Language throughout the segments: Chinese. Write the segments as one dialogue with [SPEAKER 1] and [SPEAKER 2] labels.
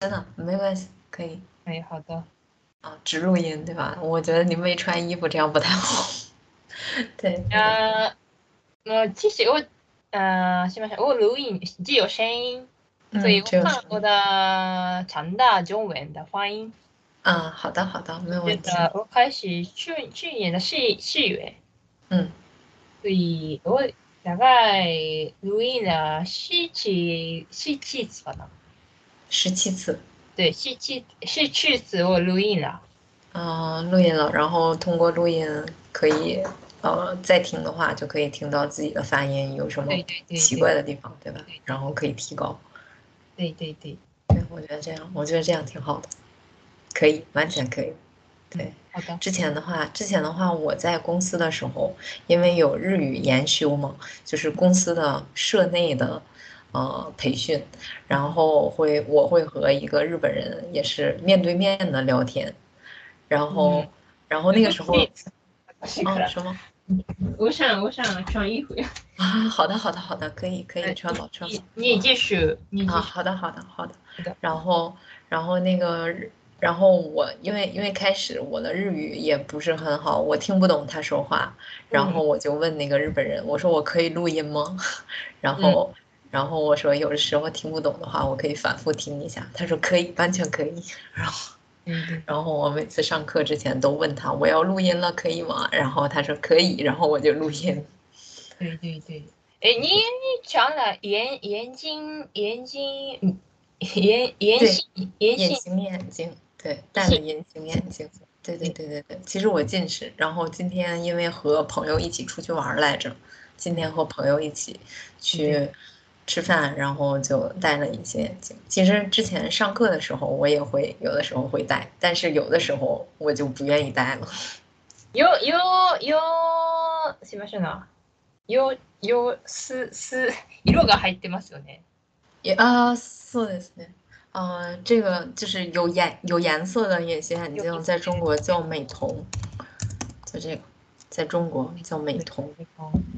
[SPEAKER 1] 真的没关系，可以
[SPEAKER 2] 哎，好的，
[SPEAKER 1] 啊，植入音对吧？我觉得你没穿衣服这样不太好。 对，
[SPEAKER 2] 呃，我其实我，呃，是不是我录音只有声音，
[SPEAKER 1] 嗯
[SPEAKER 2] 所以我
[SPEAKER 1] 只有
[SPEAKER 2] 看
[SPEAKER 1] 声
[SPEAKER 2] 我的长大中文的发音。
[SPEAKER 1] 啊，好的好的，没有
[SPEAKER 2] 觉
[SPEAKER 1] 问题。
[SPEAKER 2] 得我开始去去年的四四月，
[SPEAKER 1] 嗯，
[SPEAKER 2] 所以我大概录音了十七十七次かな。
[SPEAKER 1] 十七次
[SPEAKER 2] 对，十七十七次我录音了。
[SPEAKER 1] 啊，录音了，然后通过录音可以呃再听的话，就可以听到自己的发音有什么
[SPEAKER 2] 对对对
[SPEAKER 1] 哦奇
[SPEAKER 2] 对
[SPEAKER 1] 怪的地方，对吧
[SPEAKER 2] 对？
[SPEAKER 1] 然后可以提高。
[SPEAKER 2] 对对对，
[SPEAKER 1] 对，我觉得这样，我觉得这样挺好的，可以，完全可以。对，
[SPEAKER 2] 好的，
[SPEAKER 1] 之前的话，之前的话，我在公司的时候，因为有日语研修嘛，就是公司的社内的呃培训，然后会我会和一个日本人也是面对面的聊天，然后、
[SPEAKER 2] 嗯
[SPEAKER 1] 然后那个时候
[SPEAKER 2] 嗯
[SPEAKER 1] 啊什么
[SPEAKER 2] 哦我想我想穿衣服呀。
[SPEAKER 1] 啊，好的好的好的，可以可以
[SPEAKER 2] 哎
[SPEAKER 1] 穿吧穿吧
[SPEAKER 2] 你。你继续，你继
[SPEAKER 1] 啊，
[SPEAKER 2] 续。
[SPEAKER 1] 好的，好的，好的
[SPEAKER 2] 是的。
[SPEAKER 1] 然后，然后那个日，然后我因为因为开始我的日语也不是很好，我听不懂他说话，然后我就问那个日本人，我说我可以录音吗？ 然后，然后我说有的时候听不懂的话，我可以反复听一下。他说可以，完全可以。然后，
[SPEAKER 2] 嗯嗯
[SPEAKER 1] 然后我每次上课之前都问他我要录音了，可以吗？然后他说可以，然后我就录音。
[SPEAKER 2] 对对对，哎，你你讲了眼眼睛眼睛嗯眼眼
[SPEAKER 1] 对
[SPEAKER 2] 睛
[SPEAKER 1] 隐
[SPEAKER 2] 眼睛
[SPEAKER 1] 形眼镜，对，戴了隐形眼镜，对对对对对。其实我近视，然后今天因为和朋友一起出去玩儿来着，今天和朋友一起去吃饭，然后就戴了隐形眼镜。其实之前上课的时候我也会有的时候会戴，但是有的时候我就不愿意戴了。
[SPEAKER 2] よよよすいませんなよよすす色が入ってますよね。
[SPEAKER 1] 也啊，そうですね。呃，这个就是有颜有颜色的隐形眼
[SPEAKER 2] 有
[SPEAKER 1] 镜，
[SPEAKER 2] 颜
[SPEAKER 1] 在
[SPEAKER 2] 色
[SPEAKER 1] 中国叫美瞳，就这个，在中国叫美瞳。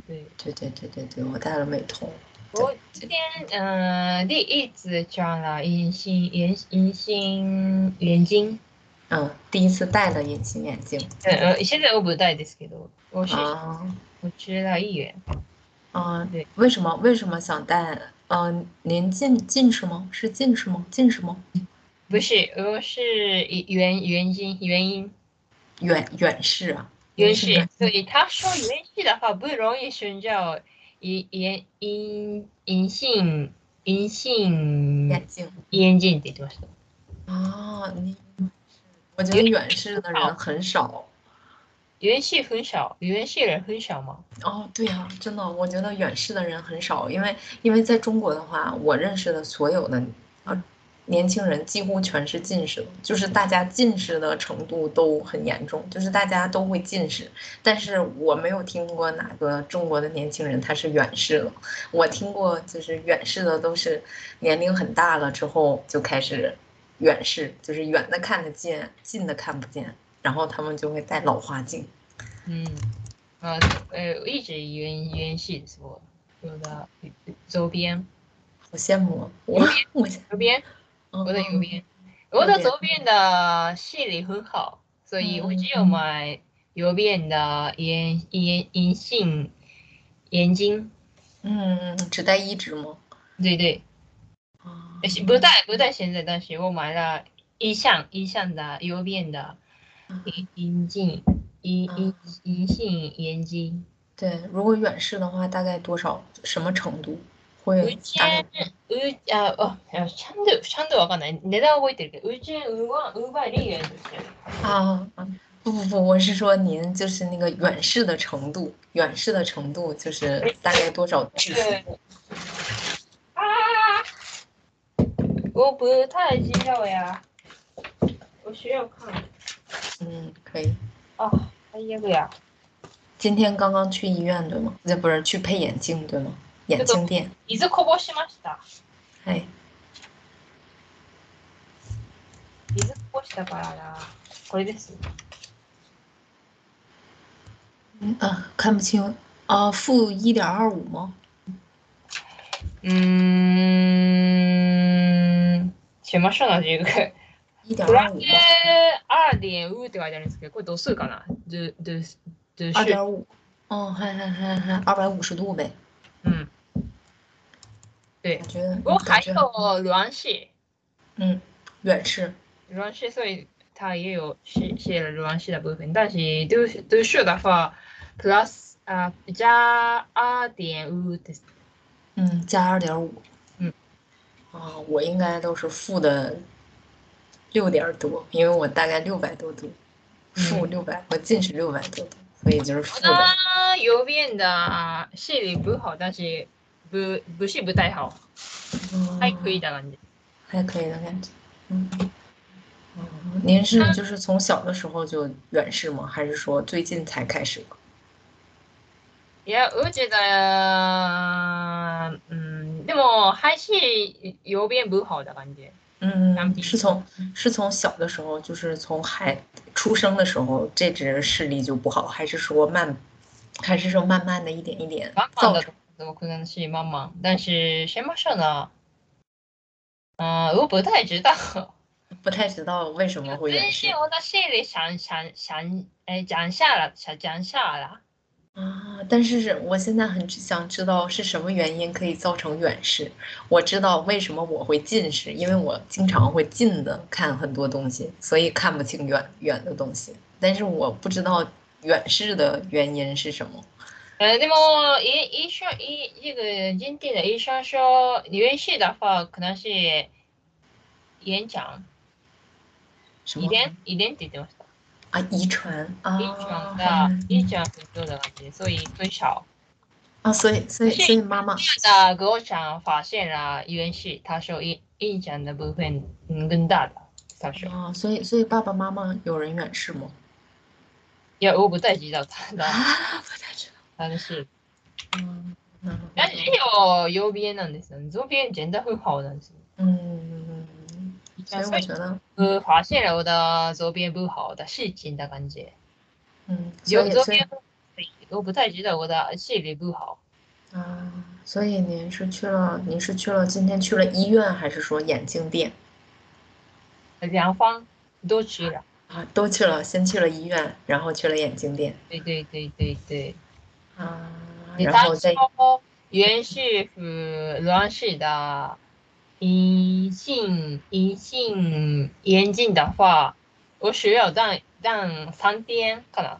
[SPEAKER 2] 对，
[SPEAKER 1] 对对对对对，我戴了美瞳。
[SPEAKER 2] 我今天嗯、呃、第一次讲了隐形眼隐形眼睛，
[SPEAKER 1] 嗯，第一次戴了隐形眼镜。
[SPEAKER 2] 嗯呃，现在我不戴ですけど，我是、
[SPEAKER 1] 啊
[SPEAKER 2] 我去了医院，
[SPEAKER 1] 啊
[SPEAKER 2] 对，
[SPEAKER 1] 为什么为什么想戴？嗯，您近近视吗？是近视吗？近视吗？
[SPEAKER 2] 不是我是原原因原因
[SPEAKER 1] 远远视啊，
[SPEAKER 2] 原
[SPEAKER 1] 是
[SPEAKER 2] 始
[SPEAKER 1] 远，
[SPEAKER 2] 所以他说原始的话不容易寻找隐隐隐隐性隐性
[SPEAKER 1] 眼镜
[SPEAKER 2] 眼镜って言ってました。
[SPEAKER 1] 啊，你我觉得远视的人很少。
[SPEAKER 2] 原系很少，原系人很少吗？
[SPEAKER 1] 哦，对呀、真的，我觉得远视的人很少，因为因为在中国的话，我认识的所有的啊年轻人几乎全是近视的，就是大家近视的程度都很严重，就是大家都会近视，但是我没有听过哪个中国的年轻人他是远视了，我听过就是远视的都是年龄很大了之后就开始远视，就是远的看得见，近的看不见，然后他们就会戴老花镜。
[SPEAKER 2] 嗯，啊，呃，一直原原系是我我的周边，
[SPEAKER 1] 好羡慕啊我，我
[SPEAKER 2] 周边，
[SPEAKER 1] 我
[SPEAKER 2] 我的
[SPEAKER 1] 右边
[SPEAKER 2] 右边，我的
[SPEAKER 1] 边
[SPEAKER 2] 左边的视力很好，所以我只有买右边的眼眼隐性眼睛。
[SPEAKER 1] 嗯，只戴一只吗？
[SPEAKER 2] 对对，
[SPEAKER 1] 啊
[SPEAKER 2] 也是不带不带现在，但是我买了一项一项的右边的隐隐镜，隐隐隐性眼睛。
[SPEAKER 1] 对，如果远视的话，大概多少？什么程度？
[SPEAKER 2] う
[SPEAKER 1] 会
[SPEAKER 2] ち
[SPEAKER 1] 大概
[SPEAKER 2] ん、うあ、あ、いやちゃんと、ちゃんとわかんない。値段覚えてるけど、うちん、うわ、うばりえんですよ。
[SPEAKER 1] 啊啊！不不不，我是说您就是那个远视的程度，远视的程度就是大概多少度？
[SPEAKER 2] ああ。我不太知道呀。我需要看。
[SPEAKER 1] 嗯，可以。
[SPEAKER 2] あ、最悪や。
[SPEAKER 1] 今天刚刚去医院对吗？这不是去配眼镜对吗？眼镜店，
[SPEAKER 2] 水こぼしました。
[SPEAKER 1] 哎，
[SPEAKER 2] 水こぼしたからな。これです。
[SPEAKER 1] 嗯啊，看不清啊，负一点二五吗？
[SPEAKER 2] うーん。違しましょうなというか、
[SPEAKER 1] 一点
[SPEAKER 2] プラ
[SPEAKER 1] 二
[SPEAKER 2] ス
[SPEAKER 1] 五吧，
[SPEAKER 2] 2.5って書いてあるんですけど、これ度数かな度度度
[SPEAKER 1] 二
[SPEAKER 2] 数。
[SPEAKER 1] 点五，嗯，还还还还二百五十度呗，
[SPEAKER 2] うん。对
[SPEAKER 1] 感，觉嗯
[SPEAKER 2] 不过还
[SPEAKER 1] 感觉嗯
[SPEAKER 2] 有卵子，
[SPEAKER 1] 远视，
[SPEAKER 2] 卵子，所以它也有写写了卵子的部分，但是度度数的话，plus 啊加二点五です。
[SPEAKER 1] 嗯，加二点五，
[SPEAKER 2] 嗯，
[SPEAKER 1] 啊，我应该都是负的六点多，因为我大概六百多度，负
[SPEAKER 2] 嗯
[SPEAKER 1] 六百，我近视六百多度，所以就是负的。
[SPEAKER 2] 那右边的啊视力不好，但是不不是不太好，还可以
[SPEAKER 1] 的，
[SPEAKER 2] 的感觉。
[SPEAKER 1] 哦还可以的感觉。嗯，哦您是就是从小的时候就远视吗？还是说最近才开始？
[SPEAKER 2] いや、うちだ、うん、でも、还是右边不好的感觉。相比
[SPEAKER 1] 嗯，是从是从小的时候，就是从孩出生的时候，这只视力就不好，还是说慢，还是说慢慢的一点一点
[SPEAKER 2] 慢慢
[SPEAKER 1] 造
[SPEAKER 2] だ
[SPEAKER 1] 成？
[SPEAKER 2] と僕のし、慢慢。但是、什么事呢あ我不太知道。
[SPEAKER 1] 不太知道为什么会
[SPEAKER 2] 最
[SPEAKER 1] 远视
[SPEAKER 2] 近私で想想想え讲下了想讲下了。
[SPEAKER 1] 啊，但是我现在很想知道是什么原因可以造成远视。我知道为什么我会近视，因为我经常会近的看很多东西，所以看不清远远的东西。但是我不知道远视的原因是什么。
[SPEAKER 2] えでも、い医生、い这个今天的医生说、远视的话、可能是延长、
[SPEAKER 1] 什
[SPEAKER 2] 遺
[SPEAKER 1] 么？
[SPEAKER 2] 伝、遺伝って言ってました。
[SPEAKER 1] 啊，遗传啊，
[SPEAKER 2] 一种的，一
[SPEAKER 1] 嗯
[SPEAKER 2] 种很多的感觉，所以最少。
[SPEAKER 1] 啊，所以所以
[SPEAKER 2] 是
[SPEAKER 1] 所以妈妈
[SPEAKER 2] 那给我想发现了原始，他说一一种的部分嗯更大的，他说，
[SPEAKER 1] 啊，所以所以爸爸妈妈有人远视吗？
[SPEAKER 2] 也我不太知道他的，
[SPEAKER 1] 啊，不太知道。
[SPEAKER 2] 但是
[SPEAKER 1] 嗯，那
[SPEAKER 2] 但是有右边なんですよ，左边真的很好なんですよ。
[SPEAKER 1] 嗯，所以
[SPEAKER 2] 所
[SPEAKER 1] 我
[SPEAKER 2] 以
[SPEAKER 1] 觉得，
[SPEAKER 2] 呃发现了我的左边不好的事情的感觉，
[SPEAKER 1] 嗯，所
[SPEAKER 2] 有
[SPEAKER 1] 以
[SPEAKER 2] 左
[SPEAKER 1] 所以
[SPEAKER 2] 边我不太知道我的视力不好，
[SPEAKER 1] 啊，所以您是去了，您是去了今天去了医院，还是说眼镜店
[SPEAKER 2] 两方都去了，
[SPEAKER 1] 啊？都去了，先去了医院，然后去了眼镜店
[SPEAKER 2] 对对对对对。
[SPEAKER 1] 啊，
[SPEAKER 2] 你
[SPEAKER 1] 然
[SPEAKER 2] 当
[SPEAKER 1] 后再
[SPEAKER 2] 说原是和卵子的隐性隐性眼镜的话，我需要让让三天可能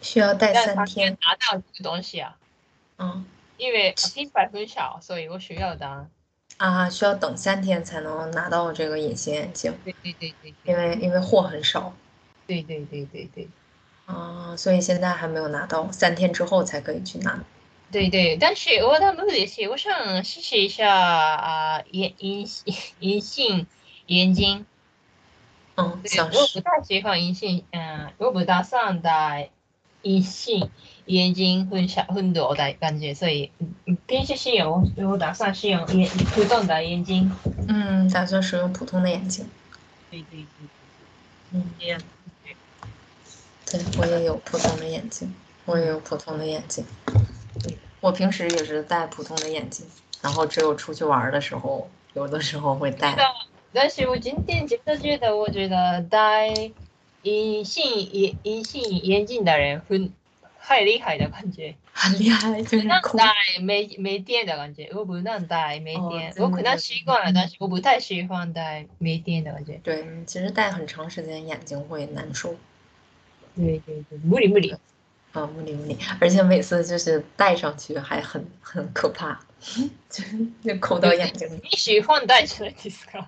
[SPEAKER 1] 需要戴
[SPEAKER 2] 让
[SPEAKER 1] 三
[SPEAKER 2] 三天
[SPEAKER 1] 天，
[SPEAKER 2] 拿到这个东西啊，
[SPEAKER 1] 嗯
[SPEAKER 2] 因为品牌很少，所以我需要的。
[SPEAKER 1] 啊，需要等三天才能拿到这个隐形眼镜。
[SPEAKER 2] 对对对对
[SPEAKER 1] 因
[SPEAKER 2] 对
[SPEAKER 1] 为因为货很少
[SPEAKER 2] 对对对对对
[SPEAKER 1] 啊、所以现在还没有拿到，三天之后才可以去拿。
[SPEAKER 2] 对对，但是我的目的是我想试试一下啊眼隐性隐性眼睛。
[SPEAKER 1] 嗯，
[SPEAKER 2] 对，
[SPEAKER 1] 想
[SPEAKER 2] 我不
[SPEAKER 1] 试
[SPEAKER 2] 太喜欢银杏，嗯，我不打算戴银杏眼镜很小很多的感觉，所以嗯嗯平时使用我我打算使用眼普通的眼镜。
[SPEAKER 1] 嗯，打算使用普通的眼镜。
[SPEAKER 2] 对对对，
[SPEAKER 1] 嗯，
[SPEAKER 2] 这样。
[SPEAKER 1] 对我也有普通的眼镜，我也有普通的眼镜。我平时也是戴普通的眼镜，然后只有出去玩的时候，有的时候会戴。
[SPEAKER 2] 但是我今天真的觉得，我觉得戴隐形眼隐形眼镜的人很太厉害的感觉，
[SPEAKER 1] 很厉害，就
[SPEAKER 2] 不
[SPEAKER 1] 是
[SPEAKER 2] 能
[SPEAKER 1] 空
[SPEAKER 2] 戴没没电的感觉，我不能戴没
[SPEAKER 1] 哦
[SPEAKER 2] 电，
[SPEAKER 1] 真
[SPEAKER 2] 我
[SPEAKER 1] 的
[SPEAKER 2] 可能
[SPEAKER 1] 真
[SPEAKER 2] 习
[SPEAKER 1] 的
[SPEAKER 2] 惯了，
[SPEAKER 1] 嗯
[SPEAKER 2] 但是我不太喜欢戴没电的感觉。
[SPEAKER 1] 对，其实戴很长时间眼睛会难受。
[SPEAKER 2] 对对对，無理無理。
[SPEAKER 1] 啊，物理物理，而且每次就是戴上去还很很可怕， 就是就抠到眼睛里。
[SPEAKER 2] 你喜欢戴じゃないですか。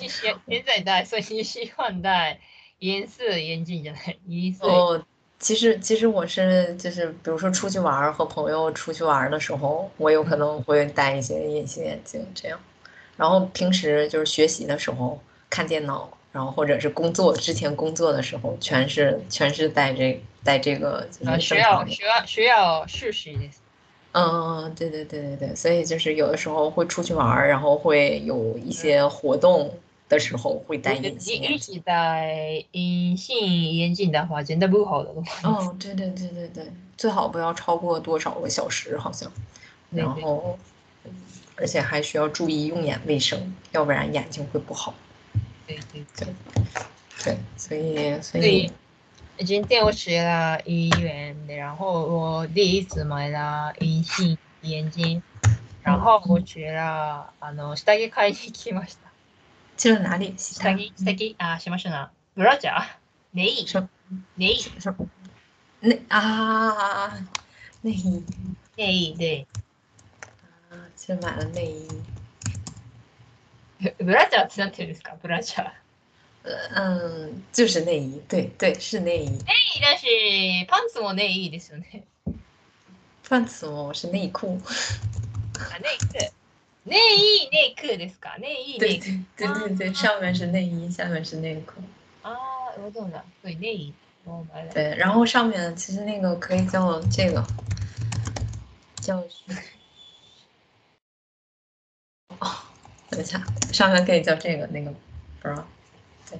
[SPEAKER 2] 你现现在戴，所以你喜欢戴颜色眼镜じゃない。颜色。
[SPEAKER 1] 哦，其实其实我是就是，比如说出去玩儿和朋友出去玩儿的时候，我有可能会戴一些隐形眼镜这样。然后平时就是学习的时候看电脑，然后或者是工作之前工作的时候，全是全是戴这戴这个就
[SPEAKER 2] 啊，
[SPEAKER 1] 是
[SPEAKER 2] 需
[SPEAKER 1] 正常
[SPEAKER 2] 要
[SPEAKER 1] 的。
[SPEAKER 2] 需要需要试试です。
[SPEAKER 1] 嗯，对对对对对，所以就是有的时候会出去玩儿，然后会有一些活动的时候会戴
[SPEAKER 2] 你
[SPEAKER 1] 隐形
[SPEAKER 2] 嗯一
[SPEAKER 1] 眼镜。
[SPEAKER 2] 直戴隐形眼镜的话，真的不好的。
[SPEAKER 1] 哦，对对对对对，最好不要超过多少个小时，好像。
[SPEAKER 2] 对
[SPEAKER 1] 然
[SPEAKER 2] 对
[SPEAKER 1] 后，而且还需要注意用眼卫生，要不然眼睛会不好。
[SPEAKER 2] 对对对。
[SPEAKER 1] 对，所以所以
[SPEAKER 2] 对，今天我学了医院的，然后我第一次买了隐形眼镜，然后我学了あの下着買いに来ました。
[SPEAKER 1] 去了哪里？西
[SPEAKER 2] 下
[SPEAKER 1] 餐
[SPEAKER 2] 着下着あしましたな。ブラジャー？ネイ
[SPEAKER 1] 什
[SPEAKER 2] ネイ
[SPEAKER 1] 什么？那啊，内衣
[SPEAKER 2] ネイで
[SPEAKER 1] 啊，去买了内衣。
[SPEAKER 2] ブラジャーってなんて言うんですか？ブラジャー。
[SPEAKER 1] 呃嗯，就是内衣，对对，是内衣。
[SPEAKER 2] いいだし、パンツもね、いいですよね。
[SPEAKER 1] 范词我是内裤。
[SPEAKER 2] あネイク。ねいいネイクですかねいいネ
[SPEAKER 1] 对
[SPEAKER 2] イク。
[SPEAKER 1] 对对对对，上面是内衣，下面是内裤。
[SPEAKER 2] ああ、うどんだ。そうねいい。もうあれだ
[SPEAKER 1] 对，然后上面其实那个可以叫这个叫哦，等一下，上面可以叫这个那个 bra，对，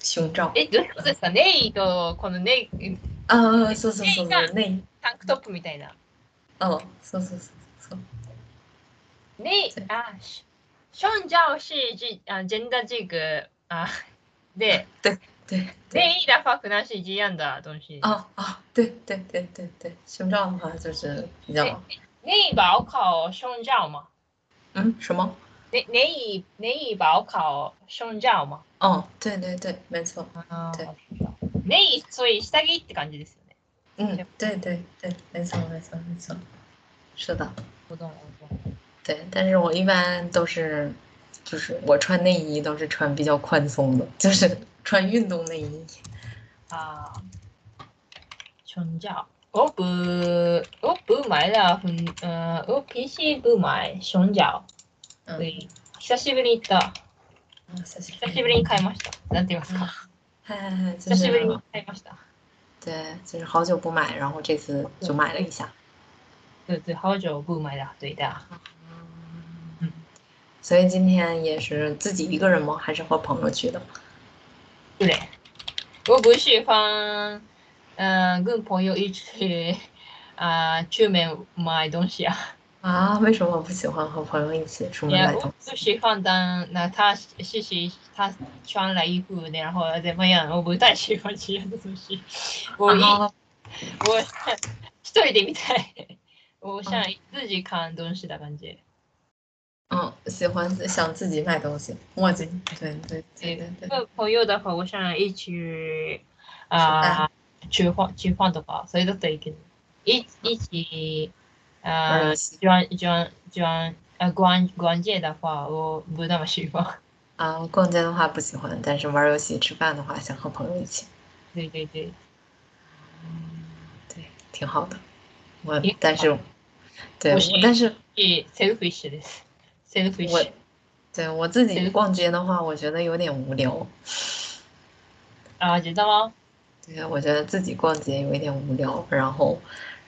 [SPEAKER 1] 胸罩。
[SPEAKER 2] え、どういうことですかネイと、このネイ、
[SPEAKER 1] 啊，そうそうそうそう内衣，
[SPEAKER 2] タンクトップみたいな。
[SPEAKER 1] 哦，そうそうそうそう。
[SPEAKER 2] ネイ、あ、シションジャオシージ、あジェンダージーグ、あ、で、
[SPEAKER 1] 对对，
[SPEAKER 2] ネイダファクナシジーアンダー、ドンシー。
[SPEAKER 1] 哦哦，对对对对对，胸罩的话就是比较
[SPEAKER 2] ネイバオカオ、ションジャオマ。
[SPEAKER 1] 嗯什么？
[SPEAKER 2] ネネイ、ネイバオカオ、ションジャオマ。
[SPEAKER 1] 哦，对对对，没错，
[SPEAKER 2] あー
[SPEAKER 1] で
[SPEAKER 2] ネイ、そういう下着って感じですよね。
[SPEAKER 1] 嗯，对对对，没错没错没错，是的。
[SPEAKER 2] 我懂，我懂。
[SPEAKER 1] 对，但是我一般都是，就是我穿内衣都是穿比较宽松的，就是穿运动内衣。
[SPEAKER 2] 啊，春假，我不，我不买了，很，呃，我平时不买春假。
[SPEAKER 1] 嗯
[SPEAKER 2] 对，久しぶりに行った。
[SPEAKER 1] 啊，久し
[SPEAKER 2] 久しぶりに買いました。なんて言いますか？
[SPEAKER 1] 嗨嗨嗨，就
[SPEAKER 2] 久しぶり
[SPEAKER 1] 是
[SPEAKER 2] に買いました。
[SPEAKER 1] 对，就是好久不买，然后这次就买了一下。
[SPEAKER 2] 对对，好久不买了，对的。
[SPEAKER 1] 嗯，所以今天也是自己一个人吗？还是和朋友去的？
[SPEAKER 2] 对，我不喜欢，嗯、呃，跟朋友一起，啊、出门买东西啊。
[SPEAKER 1] 啊，为什么不喜欢和朋友一起出门
[SPEAKER 2] 也
[SPEAKER 1] 买
[SPEAKER 2] 我
[SPEAKER 1] 东
[SPEAKER 2] 不喜欢当那他试试他穿了衣服，然后怎么样？我不太喜欢这样的东西。我一、
[SPEAKER 1] 西？啊，
[SPEAKER 2] 我一人で見たい。我想自己看东西的感觉。
[SPEAKER 1] 嗯，喜欢自想自己买东西，墨迹。 对对对对对。
[SPEAKER 2] 因为朋友的话，我想一起啊、去换去换的话，所以都得一个人一一起
[SPEAKER 1] 玩
[SPEAKER 2] 啊
[SPEAKER 1] 游戏
[SPEAKER 2] 转转转呃逛逛街的话，我不那么喜欢。
[SPEAKER 1] 啊，逛街的话不喜欢，但是玩游戏、吃饭的话想和朋友一起。
[SPEAKER 2] 对对对，
[SPEAKER 1] 对，挺好的。我
[SPEAKER 2] 嗯挺好
[SPEAKER 1] 但是，对，
[SPEAKER 2] 我
[SPEAKER 1] 我
[SPEAKER 2] 是
[SPEAKER 1] 但是
[SPEAKER 2] 是 selfish です。selfish。
[SPEAKER 1] 我，对我自己
[SPEAKER 2] 挺
[SPEAKER 1] 逛街的话，我觉得有点无聊。
[SPEAKER 2] 啊，知道吗？
[SPEAKER 1] 对，我觉得自己逛街有一点无聊，然后，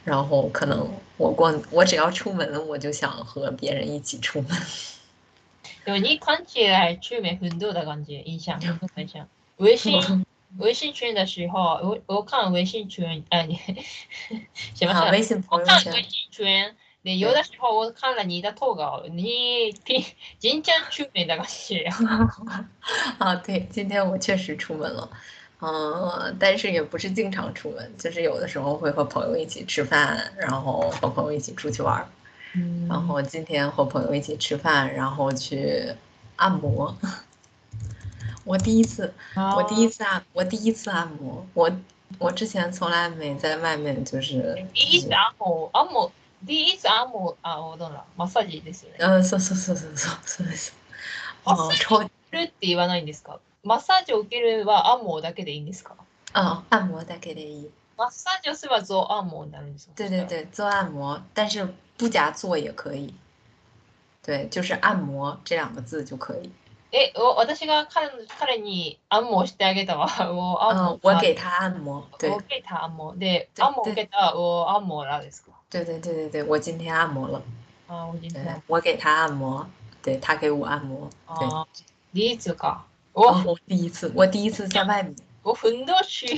[SPEAKER 1] 然后可能我逛，我只要出门，我就想和别人一起出门。
[SPEAKER 2] 有你看起来出门很多的感觉，印象很像。微信微信群的时候，我我看微信群，哎， 你什么
[SPEAKER 1] 啊，
[SPEAKER 2] 事？
[SPEAKER 1] 微信朋
[SPEAKER 2] 我
[SPEAKER 1] 友
[SPEAKER 2] 看微
[SPEAKER 1] 圈
[SPEAKER 2] 信群，你有的时候我看了你的投稿，你平经常出门的感觉。
[SPEAKER 1] 啊，对，今天我确实出门了。嗯，但是也不是经常出门，就是有的时候会和朋友一起吃饭，然后和朋友一起出去玩儿。然后今天和朋友一起吃饭，然后去按摩。 我第一次，我第一
[SPEAKER 2] 次，
[SPEAKER 1] 次按，我第一次按摩，我我之前从来没在外面就是，
[SPEAKER 2] 第一次按摩，按摩，第一次按摩啊，我懂了，マッサージですよね。
[SPEAKER 1] 嗯，そうそうそうそうそうそう，哦，超，
[SPEAKER 2] るって言わないんですか？マッサージを受けるは按摩だけでいいんですか？
[SPEAKER 1] 嗯，按摩带给的意义，
[SPEAKER 2] マッサージをすればゾウアーモンになるんですよ。
[SPEAKER 1] 对对对，做按摩，但是不加做也可以，对，就是按摩这两个字就可以。
[SPEAKER 2] え、お私が彼の彼にアンモをしてあげたわ。 おアンモ
[SPEAKER 1] 嗯，我给他按摩，对
[SPEAKER 2] 受けたアンモ。で、
[SPEAKER 1] で
[SPEAKER 2] アンモを受けたおアンモらですか。
[SPEAKER 1] 对对对对对，我今天按摩了，
[SPEAKER 2] あ、おじいち
[SPEAKER 1] 对
[SPEAKER 2] ゃん。
[SPEAKER 1] 我给他按摩，对他给我按摩，对。
[SPEAKER 2] あ、リーツか。
[SPEAKER 1] 哦
[SPEAKER 2] お、
[SPEAKER 1] 我第一次，我第一次在外面，
[SPEAKER 2] 我很多去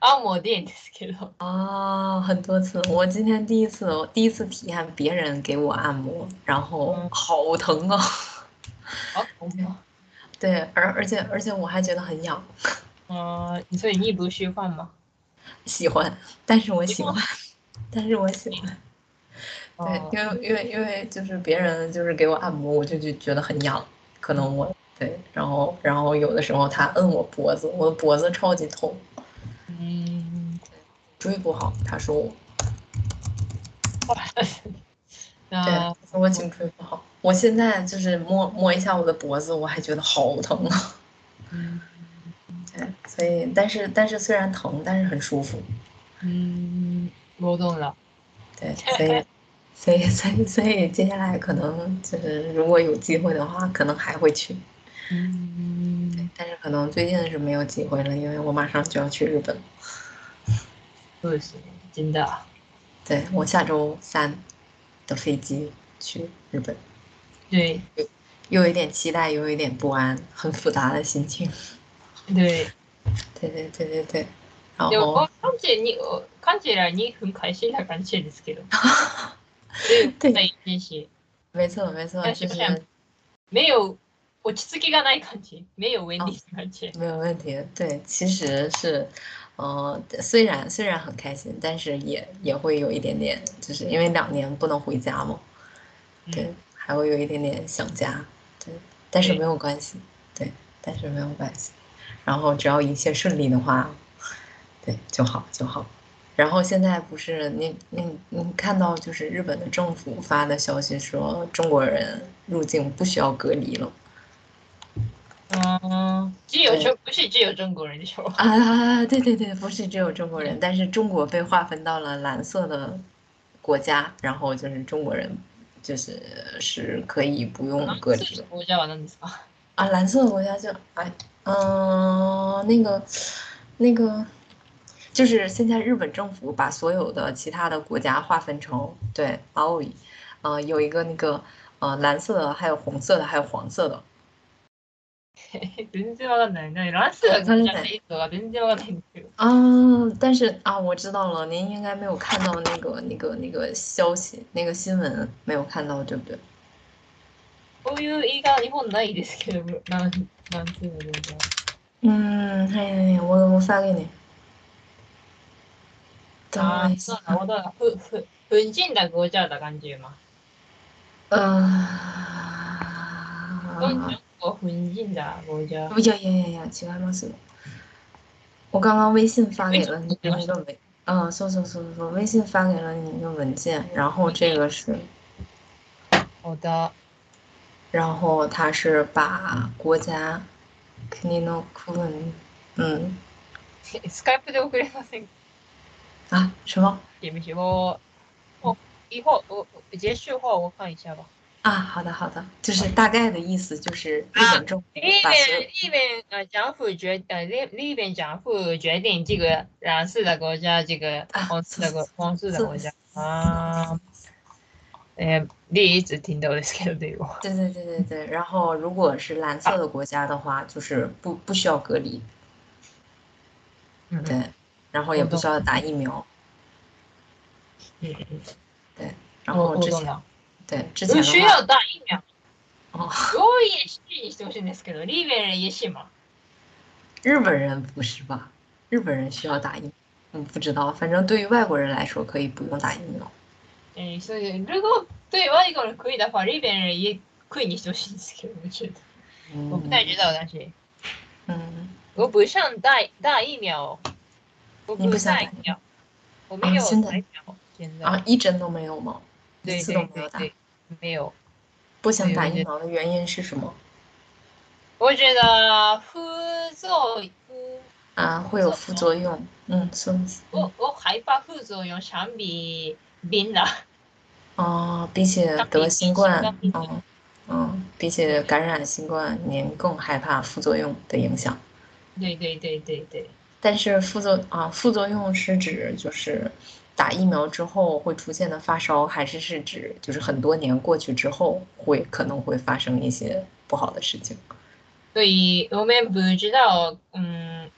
[SPEAKER 2] 按摩店ですけど。
[SPEAKER 1] 啊，很多次，我今天第一次，第一次体验别人给我按摩，然后
[SPEAKER 2] 嗯
[SPEAKER 1] 好疼啊！
[SPEAKER 2] あ、ほんま。
[SPEAKER 1] 对，而而且而且我还觉得很痒，
[SPEAKER 2] あー所以你不喜欢吗？
[SPEAKER 1] 喜欢，但是我
[SPEAKER 2] 喜
[SPEAKER 1] 喜
[SPEAKER 2] 欢
[SPEAKER 1] 欢，但是我喜欢。对
[SPEAKER 2] あ，
[SPEAKER 1] 因为
[SPEAKER 2] ー
[SPEAKER 1] 因为因为就是别人就是给我按摩，我就就觉得很痒，可能我对，然后然后有的时候他摁我脖子，我的脖子超级痛，
[SPEAKER 2] うー ん。
[SPEAKER 1] 追不好，他说我，对，
[SPEAKER 2] あ
[SPEAKER 1] 他说我颈椎不好，我现在就是摸摸一下我的脖子，我还觉得好疼啊，
[SPEAKER 2] ーうん
[SPEAKER 1] 对，所以但是但是虽然疼，但是很舒服，
[SPEAKER 2] うーん。我懂了。
[SPEAKER 1] 对，所以所以所以所以接下来可能就是如果有机会的话，可能还会去，
[SPEAKER 2] うーん。
[SPEAKER 1] 但是可能最近是没有机会了，因为我马上就要去日本了。
[SPEAKER 2] そうですね。真的。
[SPEAKER 1] 对我下周三的飞机去日本，
[SPEAKER 2] 对
[SPEAKER 1] 又有一点期待，又有一点不安，很复杂的心情。
[SPEAKER 2] 对。
[SPEAKER 1] 对对对对对，然
[SPEAKER 2] でも
[SPEAKER 1] 后、
[SPEAKER 2] 完全に、完全ら2分開始な感じですけど。で、いいし。
[SPEAKER 1] 没错没错，
[SPEAKER 2] 但
[SPEAKER 1] 就是是
[SPEAKER 2] 不想没有落ち着きがない感じ。没有稳定感じ。
[SPEAKER 1] 没有问题。对，其实是，呃，虽然虽然很开心，但是也也会有一点点，就是因为两年不能回家嘛，对，还会有一点点想家，对，但是
[SPEAKER 2] 对
[SPEAKER 1] 没有关系，对，但是没有关系。然后只要一切顺利的话，对就好就好。然后现在不是你你你看到就是日本的政府发的消息说中国人入境不需要隔离了
[SPEAKER 2] 嗯，只有中不是只有中国人的说，
[SPEAKER 1] 啊！对对对，不是只有中国人，但是中国被划分到了蓝色的国家，然后就是中国人就是是可啊以不用隔离了。
[SPEAKER 2] 国家は何ですか？
[SPEAKER 1] 啊，蓝色的国家就哎，嗯、那个，那个，就是现在日本政府把所有的其他的国家划分成对 a o 呃，有一个那个呃蓝色的，还有红色的，还有黄色的。
[SPEAKER 2] 全然わかんない。なランスが国家の意図が全然わかんないんですけど。
[SPEAKER 1] 啊，但是啊，我知道了，您应该没有看到那个那个那个消息，那个新闻没有看到，对不对？
[SPEAKER 2] こういう映画日本ないですけど、なんなんていうのかな
[SPEAKER 1] 嗯，哎呀呀，我我发给你。等我
[SPEAKER 2] あ
[SPEAKER 1] 一
[SPEAKER 2] ー
[SPEAKER 1] 下
[SPEAKER 2] そう。なことだ。ふふ不尽だ国家だ感じま。どんど
[SPEAKER 1] 呃
[SPEAKER 2] ん、こう不尽だ国家。
[SPEAKER 1] 不呀呀呀呀，其他吗？什么？我刚刚微信发给了你
[SPEAKER 2] 微信
[SPEAKER 1] 一个文，嗯，搜搜搜搜搜，微信发给了你一个文件，然后这个是，
[SPEAKER 2] おだ。
[SPEAKER 1] 然后它是把国家 k i n o k u n 嗯
[SPEAKER 2] スカイプで送れませんか？
[SPEAKER 1] 啊什么
[SPEAKER 2] ゲームしよう。お、以后我结束后我看一下吧。
[SPEAKER 1] 啊？好的好的，就是大概的意思就是日本政府
[SPEAKER 2] 日
[SPEAKER 1] 把
[SPEAKER 2] 本
[SPEAKER 1] 所有
[SPEAKER 2] 日本呃政府决呃日日本政府决定这个蓝色的国家，这个
[SPEAKER 1] 啊
[SPEAKER 2] 红色的国红色的国家
[SPEAKER 1] 是
[SPEAKER 2] 啊。えー、第一次听到ですけど、でも
[SPEAKER 1] 对对对对对，然后如果是蓝色的国家的话，就是不不需要隔离，
[SPEAKER 2] うんうん
[SPEAKER 1] 对，然后也
[SPEAKER 2] 我
[SPEAKER 1] 不需
[SPEAKER 2] 懂
[SPEAKER 1] 要打疫苗。
[SPEAKER 2] 嗯
[SPEAKER 1] 对，然
[SPEAKER 2] 我
[SPEAKER 1] 后
[SPEAKER 2] 我
[SPEAKER 1] 之
[SPEAKER 2] 懂
[SPEAKER 1] 前
[SPEAKER 2] 了。
[SPEAKER 1] 对之前
[SPEAKER 2] 不需
[SPEAKER 1] 的话，
[SPEAKER 2] 要打疫苗。
[SPEAKER 1] 哦，
[SPEAKER 2] 我也是にしてほしいんですけど、日本人也是嘛。
[SPEAKER 1] 日本人不是吧？日本人需要打疫苗，嗯，不知道，反正对于外国人来说可以不用打疫苗。
[SPEAKER 2] えー、そういう如果对外国人国的话，日本人也国にしてほしいんですけど、我觉得。我不太知
[SPEAKER 1] 嗯
[SPEAKER 2] 道，但是
[SPEAKER 1] 嗯，
[SPEAKER 2] 我不想打打疫苗，哦我
[SPEAKER 1] 你不想
[SPEAKER 2] 打疫
[SPEAKER 1] 打疫
[SPEAKER 2] 苗，我没有
[SPEAKER 1] 啊真的
[SPEAKER 2] 打疫苗，现在
[SPEAKER 1] 啊，一针都没有吗？一
[SPEAKER 2] 对
[SPEAKER 1] 次
[SPEAKER 2] 对
[SPEAKER 1] 都没有
[SPEAKER 2] 对
[SPEAKER 1] 打。
[SPEAKER 2] 对，没有。
[SPEAKER 1] 不想
[SPEAKER 2] 对
[SPEAKER 1] 打
[SPEAKER 2] 我
[SPEAKER 1] 疫
[SPEAKER 2] 觉
[SPEAKER 1] 苗的原因是什么？
[SPEAKER 2] 我觉得副作用，
[SPEAKER 1] 啊，会有副
[SPEAKER 2] 副
[SPEAKER 1] 作
[SPEAKER 2] 作
[SPEAKER 1] 用。嗯，孙子。
[SPEAKER 2] 我我害怕副作用相比病了。
[SPEAKER 1] 哦，比起
[SPEAKER 2] 当
[SPEAKER 1] 得
[SPEAKER 2] 兵
[SPEAKER 1] 新
[SPEAKER 2] 新
[SPEAKER 1] 冠
[SPEAKER 2] 冠，病毒
[SPEAKER 1] 嗯嗯，比起感染新冠，您更害怕副作用的影响。
[SPEAKER 2] 对对对对对，
[SPEAKER 1] 但是副作啊，副作用是指就是打疫苗之后会出现的发烧，还是是指就是很多年过去之后会可能会发生一些不好的事情？
[SPEAKER 2] 所以我们不知道，嗯，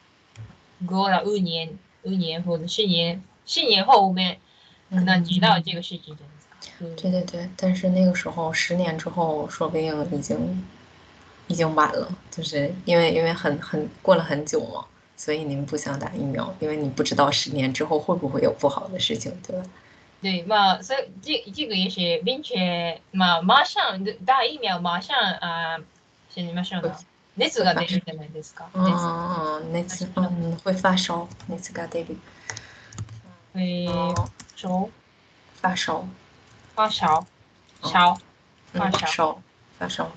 [SPEAKER 2] 过了五年、五年或者十年、十年后我们可能知道这个事情，这样子。
[SPEAKER 1] 对对对，但是那个时候十年之后，说不定已经已经晚了，就是因为因为很很过了很久嘛，所以您不想打疫苗，因为你不知道十年之后会不会有不好的事情，对吧？
[SPEAKER 2] 对，まあ、そ这这个也是，并且まあ马上打疫苗马上啊，死にましょうが熱が出るじゃないですか。
[SPEAKER 1] 嗯嗯嗯，那次嗯会发烧，那次 got daily
[SPEAKER 2] 会
[SPEAKER 1] 哦
[SPEAKER 2] 烧
[SPEAKER 1] 发烧，
[SPEAKER 2] 发烧烧发
[SPEAKER 1] 嗯
[SPEAKER 2] 烧
[SPEAKER 1] 烧发烧。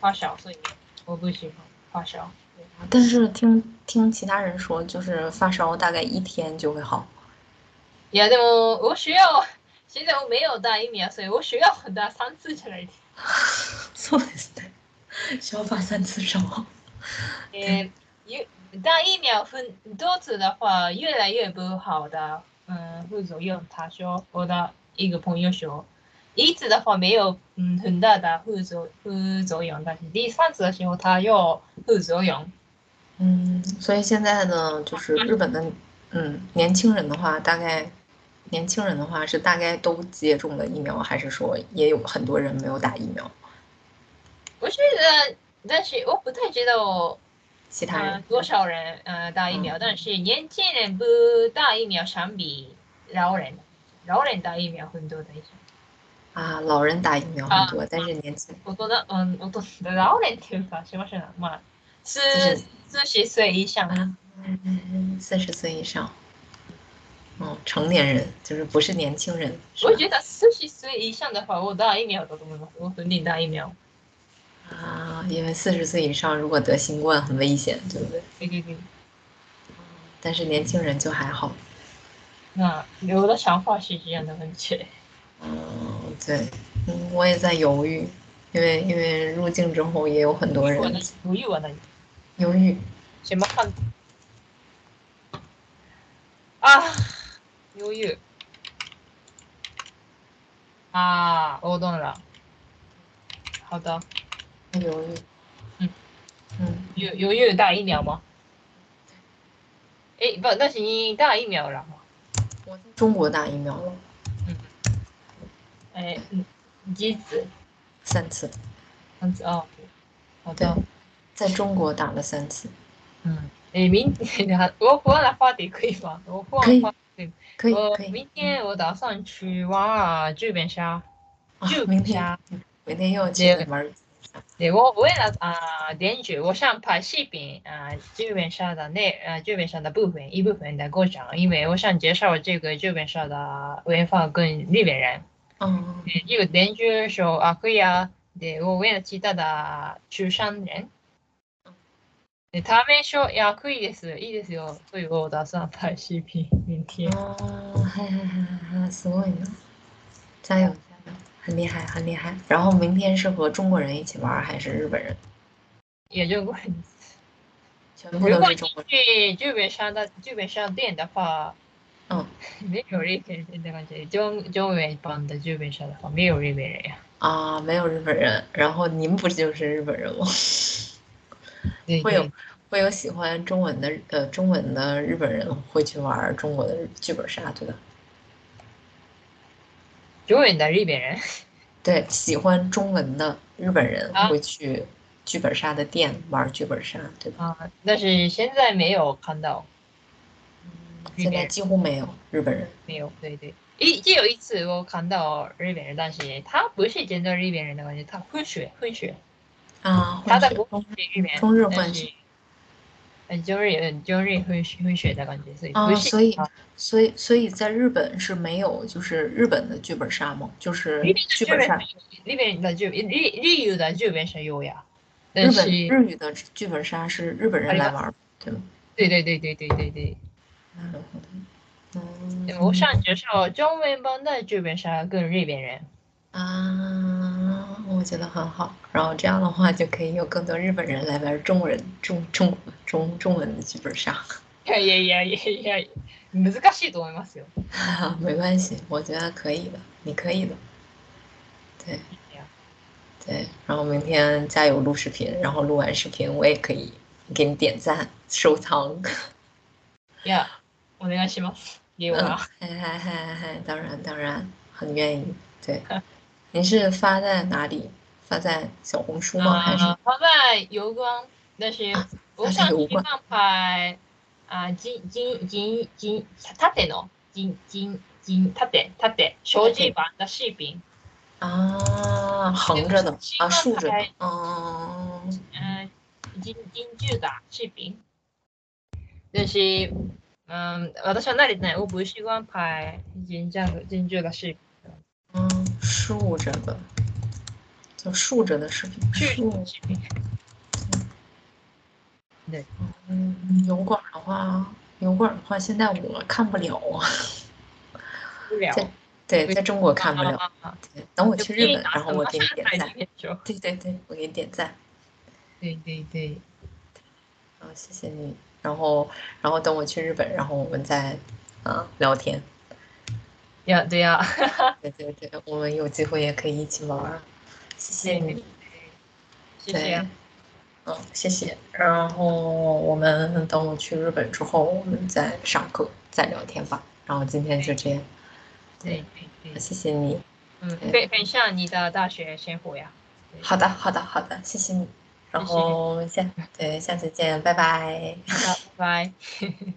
[SPEAKER 2] 发烧，所以我不喜欢发烧。对
[SPEAKER 1] 但是听听其他人说，就是发烧大概一天就会好。
[SPEAKER 2] いやでも我需要，现在我没有打疫苗，所以我需要打三次之类的。
[SPEAKER 1] そうですね。需要发三次烧。
[SPEAKER 2] えー、ゆ打疫苗分多次的话，越来越不好的，嗯，副作用。他说，我的一个朋友说，一次的话没有，嗯，很大的副作副作用，但是第三次的时候他有副作用。
[SPEAKER 1] 嗯，所以现在呢，就是日本的，嗯，年轻人的话，大概年轻人的话是大概都接种了疫苗，还是说也有很多人没有打疫苗？
[SPEAKER 2] 我觉得，但是我不太知道，
[SPEAKER 1] 其他
[SPEAKER 2] 呃
[SPEAKER 1] 人，
[SPEAKER 2] 多少人呃打疫苗，
[SPEAKER 1] 嗯
[SPEAKER 2] 但是年轻人不打疫苗相比老人，老人打疫苗很多的一些。
[SPEAKER 1] 啊，老人打疫苗很多，但是年轻
[SPEAKER 2] 大人、うん、大人、ラオレンっていうか、しましょうな。まあ、数
[SPEAKER 1] 是
[SPEAKER 2] 数十岁以上。
[SPEAKER 1] 啊，四十岁以上，嗯，成年人就是不是年轻人，是吧
[SPEAKER 2] 我觉得数十岁以上的话，我打疫苗だと思います。我肯定打疫苗。
[SPEAKER 1] 啊，因为四十岁以上如果得新冠很危险，对不对？
[SPEAKER 2] 对对对。
[SPEAKER 1] 但是年轻人就还好。
[SPEAKER 2] 那我的想法是这样的问题。
[SPEAKER 1] 嗯，对，嗯，我也在犹豫，因为因为入境之后也有很多
[SPEAKER 2] 我
[SPEAKER 1] 人
[SPEAKER 2] 的不欲望的
[SPEAKER 1] 犹豫。
[SPEAKER 2] 什么看？啊，犹豫。啊，我懂了。好的，
[SPEAKER 1] 犹豫。
[SPEAKER 2] 嗯
[SPEAKER 1] 嗯，
[SPEAKER 2] 有有有打疫苗吗？哎，不，但是你打疫苗了吗？
[SPEAKER 1] 我在中国打疫苗了
[SPEAKER 2] 哎，嗯，机子，
[SPEAKER 1] 三次，
[SPEAKER 2] 这样子哦，好的，
[SPEAKER 1] 在中国打了三次，
[SPEAKER 2] 嗯，哎，明 天我不忘了发的可以吗？我不忘
[SPEAKER 1] 可以
[SPEAKER 2] 了发，
[SPEAKER 1] 可以
[SPEAKER 2] 我
[SPEAKER 1] 可以。
[SPEAKER 2] 明天我打算去玩剧本杀，
[SPEAKER 1] 啊
[SPEAKER 2] 剧，
[SPEAKER 1] 明
[SPEAKER 2] 本
[SPEAKER 1] 天
[SPEAKER 2] 杀，
[SPEAKER 1] 明天又去
[SPEAKER 2] 接
[SPEAKER 1] 玩儿。
[SPEAKER 2] 对我为了啊点击我想拍视频啊剧本杀的那啊剧本杀的部分一部分的过程，因为我想介绍这个剧本杀的文化跟日本人。
[SPEAKER 1] 嗯，
[SPEAKER 2] で一个点击说啊可以啊，对我为了其他的去上人。で、他们说いや可以です、いいですよ。所以我打算拍视频明天。
[SPEAKER 1] 啊，嗨嗨嗨嗨，すごい呢！加油加油，很厉害很厉害。然后明天是和中国人一起玩儿还是日本人？
[SPEAKER 2] 也就过年
[SPEAKER 1] 全部
[SPEAKER 2] 如
[SPEAKER 1] 都
[SPEAKER 2] 果
[SPEAKER 1] 是
[SPEAKER 2] 你
[SPEAKER 1] 中国人。
[SPEAKER 2] 去剧本杀的剧本杀店的话，
[SPEAKER 1] 嗯，
[SPEAKER 2] 没有日本人的感觉。中中文版的剧本杀的话，没有日本人呀。
[SPEAKER 1] 啊，没有日本人，然后您不就是日本人吗？
[SPEAKER 2] 对
[SPEAKER 1] 会有会有喜欢中文的呃中文的日本人会去玩儿中国的日剧本杀，对吧？
[SPEAKER 2] 中文的日本人。
[SPEAKER 1] 对，喜欢中文的日本人
[SPEAKER 2] 啊
[SPEAKER 1] 会去剧本杀的店玩儿剧本杀，对吧？
[SPEAKER 2] 啊，但是现在没有看到，
[SPEAKER 1] 现
[SPEAKER 2] 日本
[SPEAKER 1] 在
[SPEAKER 2] 人
[SPEAKER 1] 几乎没有日本人。
[SPEAKER 2] 没有，对对。一只有一次我看到日本人，但是他不是真的日本人的感觉，他混血混血，
[SPEAKER 1] 啊，
[SPEAKER 2] 他
[SPEAKER 1] 混
[SPEAKER 2] 的
[SPEAKER 1] 血
[SPEAKER 2] 国籍是日本人，
[SPEAKER 1] 中日
[SPEAKER 2] 但
[SPEAKER 1] 混
[SPEAKER 2] 是
[SPEAKER 1] 血。
[SPEAKER 2] 嗯，中日中日混血混血的感觉，所以
[SPEAKER 1] 啊
[SPEAKER 2] 不是
[SPEAKER 1] 所以
[SPEAKER 2] 他
[SPEAKER 1] 所以所以在日本是没有就是日本的剧本杀吗？就是
[SPEAKER 2] 日本的
[SPEAKER 1] 剧
[SPEAKER 2] 剧
[SPEAKER 1] 本
[SPEAKER 2] 本
[SPEAKER 1] 杀
[SPEAKER 2] 杀，日本的剧日日语的剧本是有呀，
[SPEAKER 1] 日
[SPEAKER 2] 但是
[SPEAKER 1] 本日语的剧本杀是日本人来玩儿，对吗？
[SPEAKER 2] 对对对对对对对，
[SPEAKER 1] なるほど。嗯，
[SPEAKER 2] 我上介绍中文版的剧本杀跟日本人，
[SPEAKER 1] 啊，我觉得很好。然后这样的话，就可以有更多日本人来玩中文中中中中文的剧本杀。
[SPEAKER 2] いやいやいやいやいや難しいと思いますよ。
[SPEAKER 1] 没关系，我觉得可以的，你可以的。对
[SPEAKER 2] 对呀，
[SPEAKER 1] 对。然后明天加油录视频，然后录完视频我也可以给你点赞、收藏。
[SPEAKER 2] いや、お願いします。给我
[SPEAKER 1] 嗯
[SPEAKER 2] 吧。，
[SPEAKER 1] 嗨嗨嗨嗨，当然当然，很愿意。对，您是发在哪里？发在小红书吗？还是啊
[SPEAKER 2] 啊，他在油光，但是我想去上拍啊，金金金金縦の金金金縦縦手机版的视频。
[SPEAKER 1] 啊，横着的
[SPEAKER 2] 是
[SPEAKER 1] 啊，
[SPEAKER 2] 一个
[SPEAKER 1] 竖着的
[SPEAKER 2] 拍，
[SPEAKER 1] 嗯，
[SPEAKER 2] 嗯，金金句啊が視頻。但是，嗯，私は慣れてない。我不习惯拍金这样的金句が视频。
[SPEAKER 1] 嗯，竖着的，就竖着的视频，
[SPEAKER 2] 去
[SPEAKER 1] 竖，
[SPEAKER 2] 视频。
[SPEAKER 1] 嗯，油管的话，油管的话，现在我看不了啊，
[SPEAKER 2] 不了。
[SPEAKER 1] 对，
[SPEAKER 2] 对
[SPEAKER 1] 在中国看不了，
[SPEAKER 2] 啊。
[SPEAKER 1] 对等我
[SPEAKER 2] 就
[SPEAKER 1] 去
[SPEAKER 2] 可以
[SPEAKER 1] 日本，
[SPEAKER 2] 拿
[SPEAKER 1] 然后
[SPEAKER 2] 什
[SPEAKER 1] 我
[SPEAKER 2] 么
[SPEAKER 1] 给你
[SPEAKER 2] 上
[SPEAKER 1] 点
[SPEAKER 2] 海
[SPEAKER 1] 赞
[SPEAKER 2] 里，面说
[SPEAKER 1] 对对对，我给你点赞，
[SPEAKER 2] 对对对，
[SPEAKER 1] 啊，谢谢你，然后然后等我去日本，然后我们再啊聊天，
[SPEAKER 2] 呀对 呀。
[SPEAKER 1] 对对对，我们有机会也可以一起玩儿，谢谢
[SPEAKER 2] 对
[SPEAKER 1] 你。
[SPEAKER 2] 嗯谢
[SPEAKER 1] 对，
[SPEAKER 2] 谢。
[SPEAKER 1] 嗯，谢谢。然后我们等我去日本之后，我们再上课再聊天吧。然后今天就这样，
[SPEAKER 2] 对对对，
[SPEAKER 1] 谢谢你。
[SPEAKER 2] 嗯，分分享你的大学生活呀。
[SPEAKER 1] 好的，好的，好的，谢谢你。然后下对下次见，拜拜。
[SPEAKER 2] 好，拜拜。